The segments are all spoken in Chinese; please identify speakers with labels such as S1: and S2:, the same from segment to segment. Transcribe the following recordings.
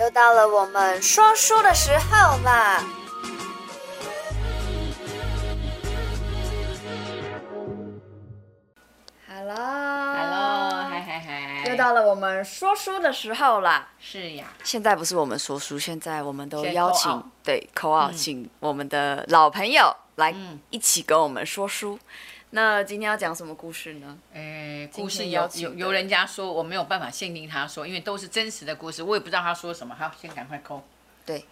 S1: 又到了我们说书的时候啦！Hello，
S2: Hello，嗨嗨嗨，
S1: 又到了我们说书的时候啦！
S2: 是呀，
S1: 现在不是我们说书，现在我们都
S2: 现在
S1: 邀
S2: call
S1: 请
S2: out
S1: 对口耳、请我们的老朋友来
S2: 嗯
S1: 一起跟我们说书。那今天要讲什么故事呢？
S2: 诶，哎故
S1: 今
S2: 事
S1: 天邀
S2: 有
S1: 请
S2: 有
S1: 的
S2: 有人家说我没有办法限定他说，因为都是真实的故事，我也不知道他说什么。好，先赶快扣。
S1: 对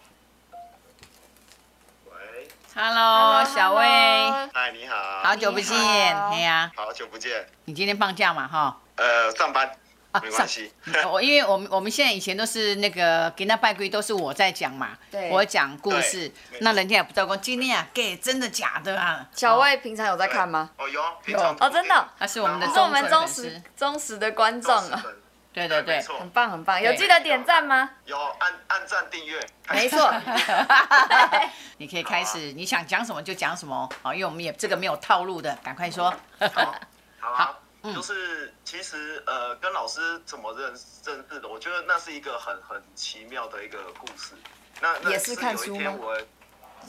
S3: 喂，
S2: Hello，小哦薇，
S3: 嗨，你好，
S2: 好久不见，
S1: 你好
S2: 哎呀，
S3: 好久不见，
S2: 你今天放假嘛 哈？
S3: 呃，上班
S2: 啊
S3: 没关系，
S2: 我因为我们我们现在以前都是那个给那拜龟都是我在讲嘛，
S1: 对
S2: 我讲故
S3: 对
S2: 事
S3: 没，
S2: 那人家也不知道说今天啊，给真的假的啊？
S1: 小
S2: 哦，
S1: 魏平常有在看吗？
S3: 哦，有，平常
S1: 哦，真的哦，
S2: 他是我们的
S1: 你
S3: 然
S1: 是
S3: 后
S1: 我们忠
S2: 忠实粉
S1: 实
S2: 丝
S1: 忠实的观众
S3: 忠
S1: 啊
S3: 实，粉
S2: 对对对
S3: 没，错
S1: 很，棒很棒，有
S2: 对
S1: 记得点赞吗？
S3: 有按按赞订阅，
S1: 没 错，
S2: 你可以开始，你想讲什么就讲什么，好，因为我们也这个没有套路的，赶快说。
S3: 好，好啊
S2: 好，
S3: 就是其实呃，跟老师怎么认认识的，我觉得那是一个很很奇妙的一个故事。那那
S1: 也是看书
S3: 有
S1: 吗
S3: 一天我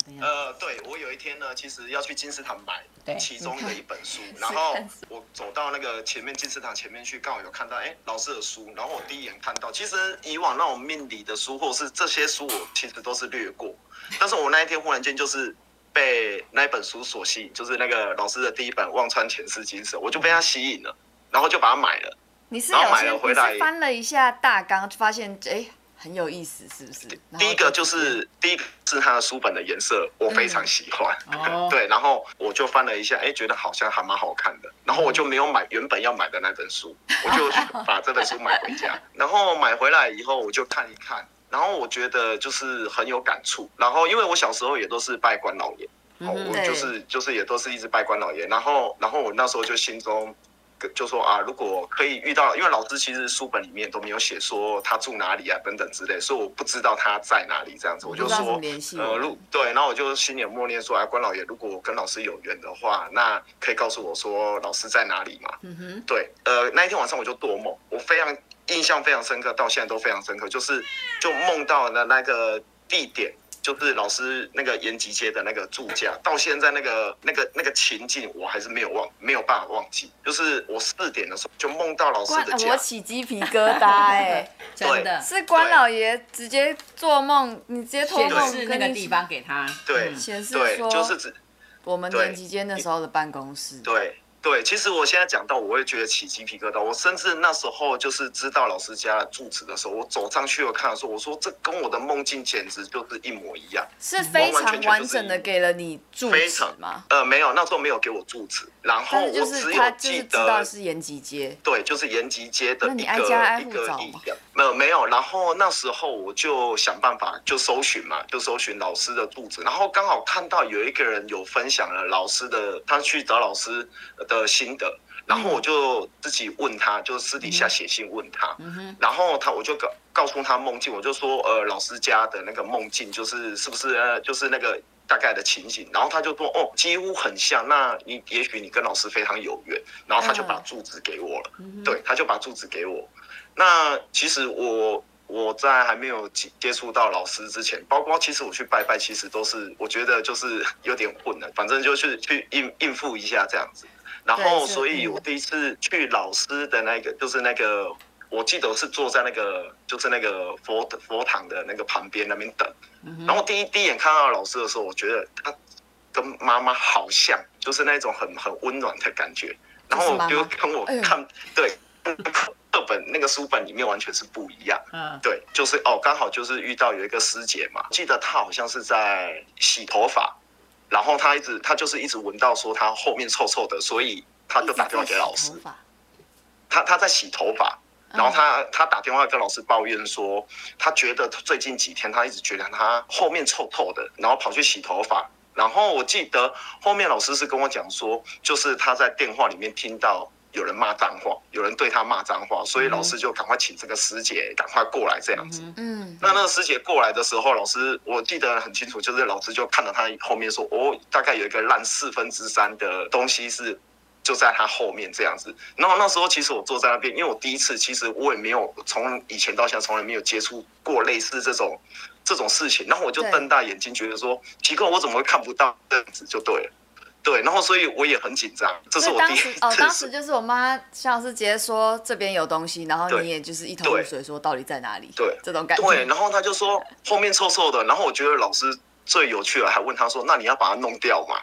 S2: 怎样
S3: 呃，对我有一天呢，其实要去金石堂
S2: 对
S3: 买其中的一本书，然
S1: 看
S3: 后
S1: 是看书
S3: 我走到那个前面金石堂前面去，刚好有看到哎老师的书，然后我第一眼看到，其实以往那种命理的书或是这些书，我其实都是略过，但是我那一天忽然间就是。被那本书所吸引，就是那个老师的第一本《忘川前世今生》，我就被他吸引了，然后就把它买了。
S1: 你是有
S3: 然后买
S1: 先
S3: 了
S1: 你
S3: 回来
S1: 是翻了一下大纲，就发现哎很有意思，是不是？然后
S3: 第一个就是第一个是它的书本的颜色，我非常喜欢。
S2: 哦
S3: 对，然后我就翻了一下，哎，觉得好像还蛮好看的，然后我就没有买原本要买的那本书，我就把这本书买回家，然后买回来以后我就看一看，然后我觉得就是很有感触，然后因为我小时候也都是拜关老爷，哦，
S2: 嗯
S3: 我
S1: 对
S3: 就是就是也都是一直拜关老爷，然后然后我那时候就心中就说啊，如果可以遇到，因为老师其实书本里面都没有写说他住哪里啊等等之类，所以我不知道他在哪里这样子，我
S1: 不
S3: 就
S1: 知道怎么
S3: 说
S1: 联系
S3: 呃，
S1: 我
S3: 如对，然后我就心里默念说，哎，关老爷，如果我跟老师有缘的话，那可以告诉我说老师在哪里嘛？
S2: 嗯哼，
S3: 对，呃，那一天晚上我就做梦，我非常印象非常深刻，到现在都非常深刻，就是就梦到了那个地点，就是老师那个延吉街的那个住家，到现在那个那个那个情境我还是没有忘，没有办法忘记。就是我四点的时候就梦到老师
S1: 关呃
S3: 的，家
S1: 我，起鸡皮疙瘩哎、
S2: 真的，
S1: 是关
S3: 对
S1: 老爷直接做梦，你直接托
S2: 显
S1: 梦
S2: 示那
S1: 跟
S2: 个
S1: 你
S2: 地方给他。
S3: 对
S2: 嗯
S1: 显示
S3: 对，
S1: 说，
S3: 就是指
S1: 我们
S3: 对
S1: 年级间那时候的办公室，
S3: 对对，其实我现在讲到，我会觉得起鸡皮疙瘩。我甚至那时候就是知道老师家的住址的时候，我走上去我看的时候，我说这跟我的梦境简直就是一模一样。
S1: 是非
S3: 完完
S1: 常
S3: 全全
S1: 完
S3: 就是
S1: 整的给了你住
S3: 非
S1: 址
S3: 常
S1: 吗？
S3: 呃，没有，那时候没有给我住址，然后
S1: 但是
S3: 我
S1: 就
S3: 只
S1: 是
S3: 有
S1: 他就
S3: 记
S1: 是知道
S3: 得
S1: 是延吉街，
S3: 对，就是延吉街的
S1: 那你
S3: 一
S1: 挨家挨
S3: 个一
S1: 户
S3: 个
S1: 找
S3: 印
S1: 吗
S3: 象，没有没有。然后那时候我就想办法就搜寻嘛，就搜寻老师的住址，然后刚好看到有一个人有分享了老师的，他去找老师的心得，然
S1: 嗯
S3: 后我就自己问他，就私底下写信问他，
S2: 嗯哼，
S3: 然后他我就告告诉他梦境，我就说呃老师家的那个梦境就是是不是呃就是那个大概的情形，然后他就说哦几乎很像，那你也许你跟老师非常有缘，然后他就把
S1: 嗯
S3: 住址给我了，
S2: 嗯哼，
S3: 对，他就把住址给我。那其实我我在还没有接接触到老师之前，包括其实我去拜拜，其实都是我觉得就是 有点混了，反正就是去应应付一下这样子。然后，
S1: 对是嗯
S3: 所以我第一次去老师的那个，就是那个，我记得我是坐在那个，就是那个佛佛堂的那个旁边那边等。
S2: 嗯哼
S3: 然后我第一第一眼看到老师的时候，我觉得他跟妈妈好像，就是那种很很温暖的感觉。然后
S1: 就是
S3: 我
S1: 妈
S3: 就
S1: 妈
S3: 跟我
S1: 哎呦
S3: 看、对课本那个书本里面完全是不一样。
S2: 嗯，
S3: 对，就是哦，刚好就是遇到有一个师姐嘛，记得她好像是在洗头发，然后她一直她就是一直闻到说她后面臭臭的，所以她就打电话给老师
S1: 一直在洗头，发
S3: 她她在洗头发，然后她她打电话跟老师抱怨说，她觉得最近几天她一直觉得她后面臭臭的，然后跑去洗头发。然后我记得后面老师是跟我讲说，就是她在电话里面听到有人骂脏话，有人对她骂脏话，所以老师就赶快请这个师姐赶快过来这样
S2: 嗯
S3: 子。
S2: 哼，
S1: 嗯，
S3: 那那个师姐过来的时候，老师我记得很清楚，就是老师就看到她后面说，哦，大概有一个烂四分之三的东西是就在他后面这样子。然后那时候其实我坐在那边，因为我第一次，其实我也没有从以前到现在从来没有接触过类似这种这种事情。然后我就
S1: 对
S3: 瞪大眼睛，觉得说奇怪，我怎么会看不到这样子就对了。对，然后所以我也很紧张，这是
S1: 所以
S3: 我第
S1: 当
S3: 一次
S1: 时 哦，当时就是我妈像是直接说这边有东西，然后
S3: 对
S1: 你也就是一头雾
S3: 对
S1: 水，说到底在哪里？
S3: 对
S1: 这种感觉。
S3: 对，然后他就说后面臭臭的，然后我觉得老师最有趣了，还问他说：“那你要把它弄掉吗？”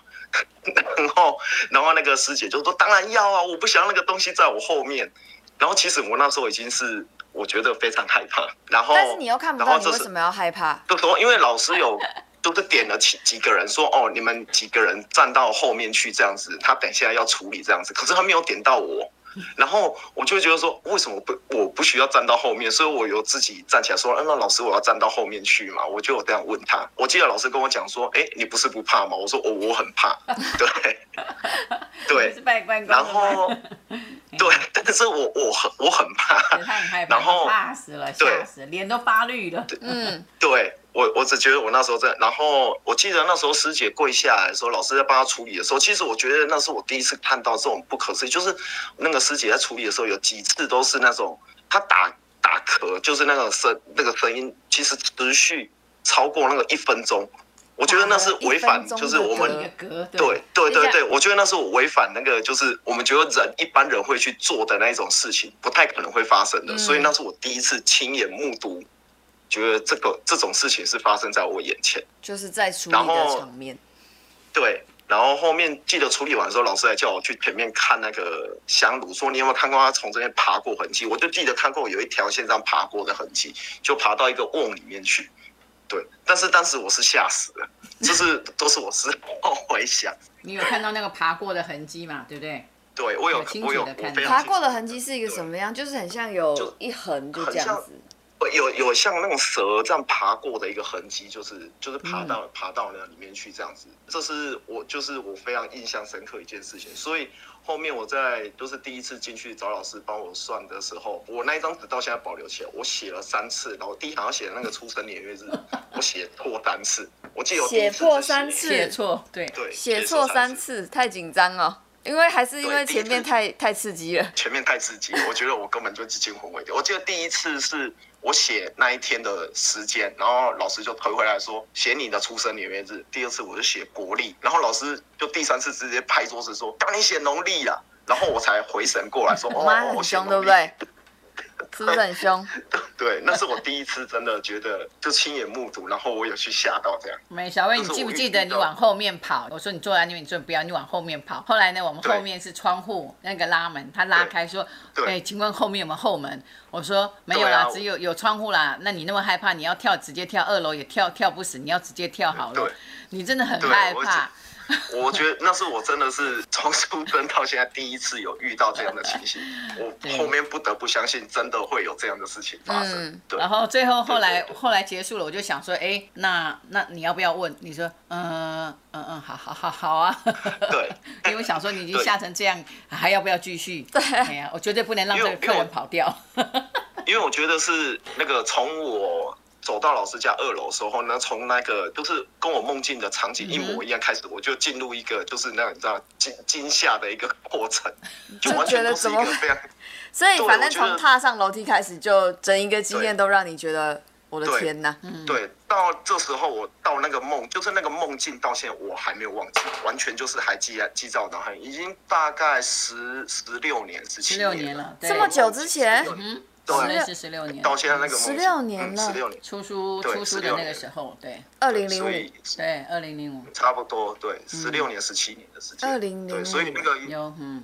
S3: 然后，然后那个师姐就说：“当然要啊，我不想要那个东西在我后面。”然后其实我那时候已经是我觉得非常害怕，然后
S1: 但是你又看不
S3: 然
S1: 到，
S3: 后
S1: 你
S3: 这
S1: 为
S3: 是
S1: 什么要害怕？
S3: 就说因为老师有就是点了几几个人说：“哦，你们几个人站到后面去这样子，他等一下要处理这样子。”可是他没有点到我。然后我就会觉得说，为什么不我不需要站到后面？所以我有自己站起来说，嗯、那老师我要站到后面去嘛？我就有这样问他。我记得老师跟我讲说，哎，你不是不怕吗？我说我、哦、我很怕，对
S2: 你
S3: 对。
S2: 是拜关公
S3: 然
S2: 的吗，
S3: 后对，但是我我很我很怕，
S2: 他很害怕，
S3: 然后
S2: 怕死了，
S3: 对
S2: 吓死了，脸都发绿了。
S1: 嗯，
S3: 对我，我只觉得我那时候在，然后我记得那时候师姐跪下来的时候，老师在帮她处理的时候，其实我觉得那是我第一次看到这种不可思议，就是那个师姐在处理的时候，有几次都是那种她打打嗝，就是那个声那个声音，其实持续超过那个一分钟，我觉得那是
S1: 哦打了一
S3: 违反
S1: 分钟
S3: 就是
S1: 的
S3: 我
S2: 隔
S3: 们
S1: 嗝
S2: 一个格，
S3: 对对
S2: 等一
S3: 对
S2: 下
S3: 对，我觉得那是我违反那个，就是我们觉得人一般人会去做的那种事情，不太可能会发生的。
S1: 嗯
S3: 所以那是我第一次亲眼目睹，觉得这个这种事情是发生在我眼前。
S1: 就是在处理
S3: 然
S1: 的
S3: 后
S1: 场面。
S3: 对，然后后面记得处理完的时候，老师还叫我去前面看那个香炉，说你有没有看过他从这边爬过痕迹？我就记得看过有一条线上爬过的痕迹，就爬到一个瓮里面去。对，但是当时我是吓死了，这是都是我事后回想。
S2: 你有看到那个爬过的痕迹嘛？对不对？
S3: 对我有
S2: 有清楚
S3: 我有
S2: 地
S3: 我
S2: 看
S3: 非
S2: 到
S3: 常
S1: 爬
S3: 清
S1: 过
S3: 楚
S1: 的痕迹是一个什么样？就是很像有
S3: 就
S1: 一横就这样子，
S3: 有有像那种蛇这样爬过的一个痕迹，就是就是爬到、爬到那里面去这样子，这是我就是我非常印象深刻一件事情。所以后面我在就是第一次进去找老师帮我算的时候，我那一张纸到现在保留起来，我写了三次，然后第一行要写的那个出生年月日，我写错三次，我记得我第一
S1: 写
S3: 次是
S1: 破三次
S2: 写错，对，
S3: 对，
S1: 写错三
S3: 三。
S1: 次，太紧张了，因为还是因为
S3: 对
S1: 前面太太刺激了。
S3: 前面太 刺激，我觉得我根本就进魂未定。我记得第一次是我写那一天的时间，然后老师就推回来说写你的出生年月日。第二次我就写国历，然后老师就第三次直接拍桌子说叫你写农历啦，然后我才回神过 来说
S1: 我
S3: 哦
S1: 妈，
S3: 我
S1: 很
S3: 写
S1: 凶，
S3: 农
S1: 对不
S3: 历？
S1: 对？是不是很 凶？
S3: 对，那是我第一次真的觉得就亲眼目睹，然后我有去吓到这样。
S2: 没小薇，你
S3: 这是我
S2: 记不
S3: 预
S2: 记
S3: 计
S2: 得你
S3: 到
S2: 往后面跑？我说你坐在那边，你最不要，你往后面跑。后来呢，我们
S3: 对
S2: 后面是窗户那个拉门，他拉
S3: 对
S2: 开说：“
S3: 对
S2: 哎，请问后面有没有后门？”我说：“没有
S3: 对啊
S2: 啦，
S3: 我
S2: 只有有窗户啦。”那你那么害怕，你要跳直接跳二楼也跳跳不死，你要直接跳好了
S3: 对。
S2: 你真的很
S3: 对
S2: 害
S3: 我
S2: 怕。
S3: 我觉得那是我真的是从出生到现在第一次有遇到这样的情形，
S2: 对
S3: 我后面不得不相信真的会有这样的事情发生。
S1: 嗯
S3: 对
S2: 然。后最后后来
S3: 对对对
S2: 后来结束了，我就想说，哎，那那你要不要问？你说，嗯嗯嗯，好好好好啊，
S3: 对，
S2: 因为我想说你已经
S3: 对
S2: 吓成这样，还要不要继续？对呀、我绝对不能让这
S3: 因
S2: 个
S3: 为
S2: 客
S3: 因为
S2: 人
S3: 我
S2: 跑掉。
S3: 因为我觉得是那个从我走到老师家二楼的时候呢，从那个就是跟我梦境的场景一模一样开始，我就进入一个就是那种你知道惊惊吓的一个 过程，就完全都是
S1: 就觉得怎
S3: 一
S1: 么
S3: 个
S1: 会
S3: 非常
S1: 所以
S3: 对
S1: 反正
S3: 我觉得
S1: 从踏上楼梯开始，就整一个经验都让你觉得，我的
S3: 对
S1: 天哪！
S3: 对。到这时候我到那个梦，就是那个梦境，到现在我还没有忘记，完全就是还记在记在我脑海，已经大概十十六年、十七
S2: 十六年
S3: 年
S2: 了，对
S1: 这么久之前，
S2: 嗯，
S3: 对
S2: 我认识十六年，
S3: 到现在那个梦境嗯
S1: 16年了
S3: 十六、16年，
S2: 出书
S3: 对
S2: 出书的
S3: 16
S2: 那个
S3: 年
S2: 时候，对
S1: 二零零
S3: 所
S1: 五
S3: 以
S2: 对，二零零五
S3: 差不多对，十六年、十七年的时间。
S1: 2005
S3: 对，所以那个
S2: 有嗯，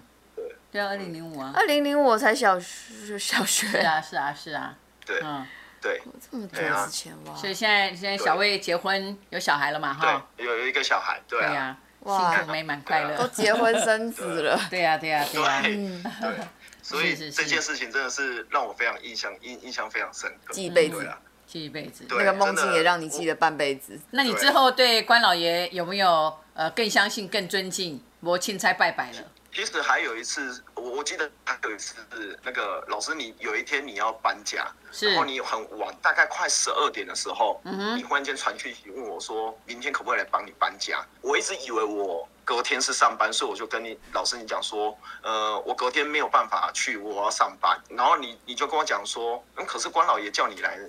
S2: 对啊，二零零五啊，
S1: 二零零五我才小学小学
S2: 是，啊是啊是啊，
S3: 对
S2: 嗯，
S3: 对
S1: 这么久
S3: 对啊
S1: 之前哇
S2: 所以现在现在小魏结婚有小孩了嘛哈
S3: 对，，有有一个小孩，对
S2: 对
S3: 啊，
S2: 呀、
S1: 哇
S2: 幸福美满快
S1: 都
S2: 乐，
S1: 结婚生子了，
S2: 对呀对呀对呀，
S3: 啊对对， 所以
S2: 是是是
S3: 这件事情真的是让我非常印象印印象非常深刻，
S1: 记一辈子
S3: 对啊，
S2: 记一辈子。
S3: 对
S1: 那个梦境
S3: 真的
S1: 也让你记了半辈子。
S2: 那你之后对关老爷有没有呃更相信、更尊敬？我钦差拜拜了，
S3: 其实还有一次，我我记得还有一次是那个老师，你有一天你要搬家，
S2: 是
S3: 然后你很晚，大概快十二点的时候，
S2: 哼
S3: 你忽然间传讯息问我说，明天可不可以来帮你搬家？我一直以为我隔天是上班，所以我就跟你老师你讲说，呃，我隔天没有办法去，我要上班。然后你你就跟我讲说，嗯，可是关老爷叫你来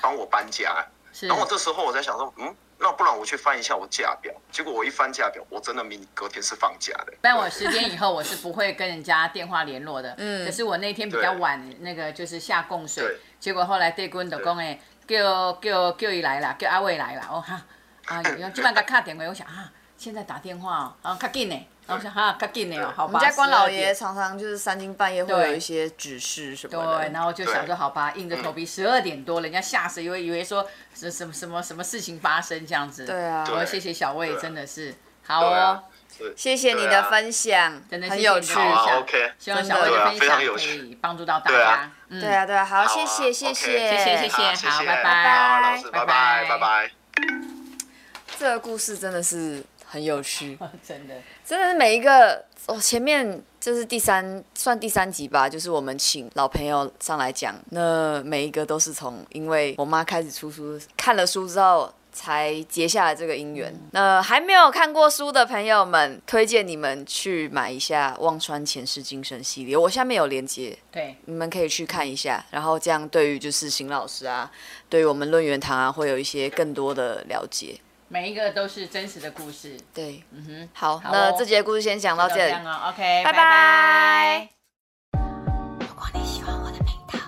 S3: 帮我搬家。
S2: 是
S3: 然后我这时候我在想说，嗯，那不然我去翻一下我假表。结果我一翻假表，我真的明隔天是放假的。
S2: 但我十点以后我是不会跟人家电话联络的。
S1: 嗯
S2: 可是我那天比较晚，那个就是下供水
S3: 对，
S2: 结果后来对阮就讲诶，叫叫叫伊来啦，叫阿伟来啦。哦哈， 啊，有有，今晚给他打电话，我想啊，现在打电话哦，啊，较紧呢。然后我想哈，较紧呢哦，好
S1: 我
S2: 吧。
S1: 们家关老
S2: 12点
S1: 爷常常就是三更半夜会
S2: 对
S1: 有一些指示什么的，
S2: 对，然后就想
S3: 对嗯
S2: 说好吧，硬着头皮，十二点多，人家吓死，以为以为说什什么什么什么事情发生这样子。
S1: 对啊
S2: 我
S3: 对
S2: 谢谢小魏，真的是好
S3: 对
S2: 哦
S3: 啊，，是
S1: 谢谢你的分享，
S2: 真的
S1: 很
S2: 谢谢
S1: 有
S2: 你
S1: 趣
S2: 的。分享
S3: 好啊，OK
S2: 希望小魏
S1: 真
S2: 的
S1: 的
S2: 分
S3: 对啊非
S2: 享
S3: 常
S2: 可
S3: 有趣
S2: 以帮助到大
S3: 对
S2: 家
S3: 啊。
S2: 嗯
S1: 对啊，对啊，好，
S3: 好
S1: 谢
S3: 啊
S1: 谢，谢
S3: OK
S1: 谢，
S2: 谢谢谢谢
S3: 好谢
S2: 好
S3: 谢，
S2: 拜拜
S3: 好老师，拜
S2: 拜拜
S3: 拜，拜拜。
S1: 这个故事真的是很有趣，
S2: 真的，
S1: 真的是每一个，我、前面就是第三算第三集吧，就是我们请老朋友上来讲，那每一个都是从因为我妈开始出书，看了书之后。才结下来这个姻缘。那还没有看过书的朋友们，推荐你们去买一下《忘川前世今生》系列，我下面有链接，
S2: 对，
S1: 你们可以去看一下，然后这样对于就是邢老师啊，对于我们论元堂啊，会有一些更多的了解。
S2: 每一个都是真实的故事。
S1: 对，
S2: 嗯哼，
S1: 好，
S2: 好哦
S1: 那这集的故事先讲到
S2: 就
S1: 这里。
S2: 样哦，OK，
S1: 拜
S2: 拜拜
S1: 拜。
S4: 如果你喜欢我的频道，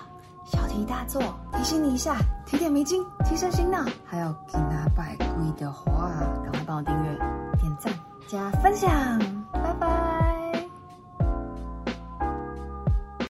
S4: 小题大做，提醒你一下，提点迷津，提升心脑。还有给拿百贵的话，赶快帮我订阅、点赞、加分享。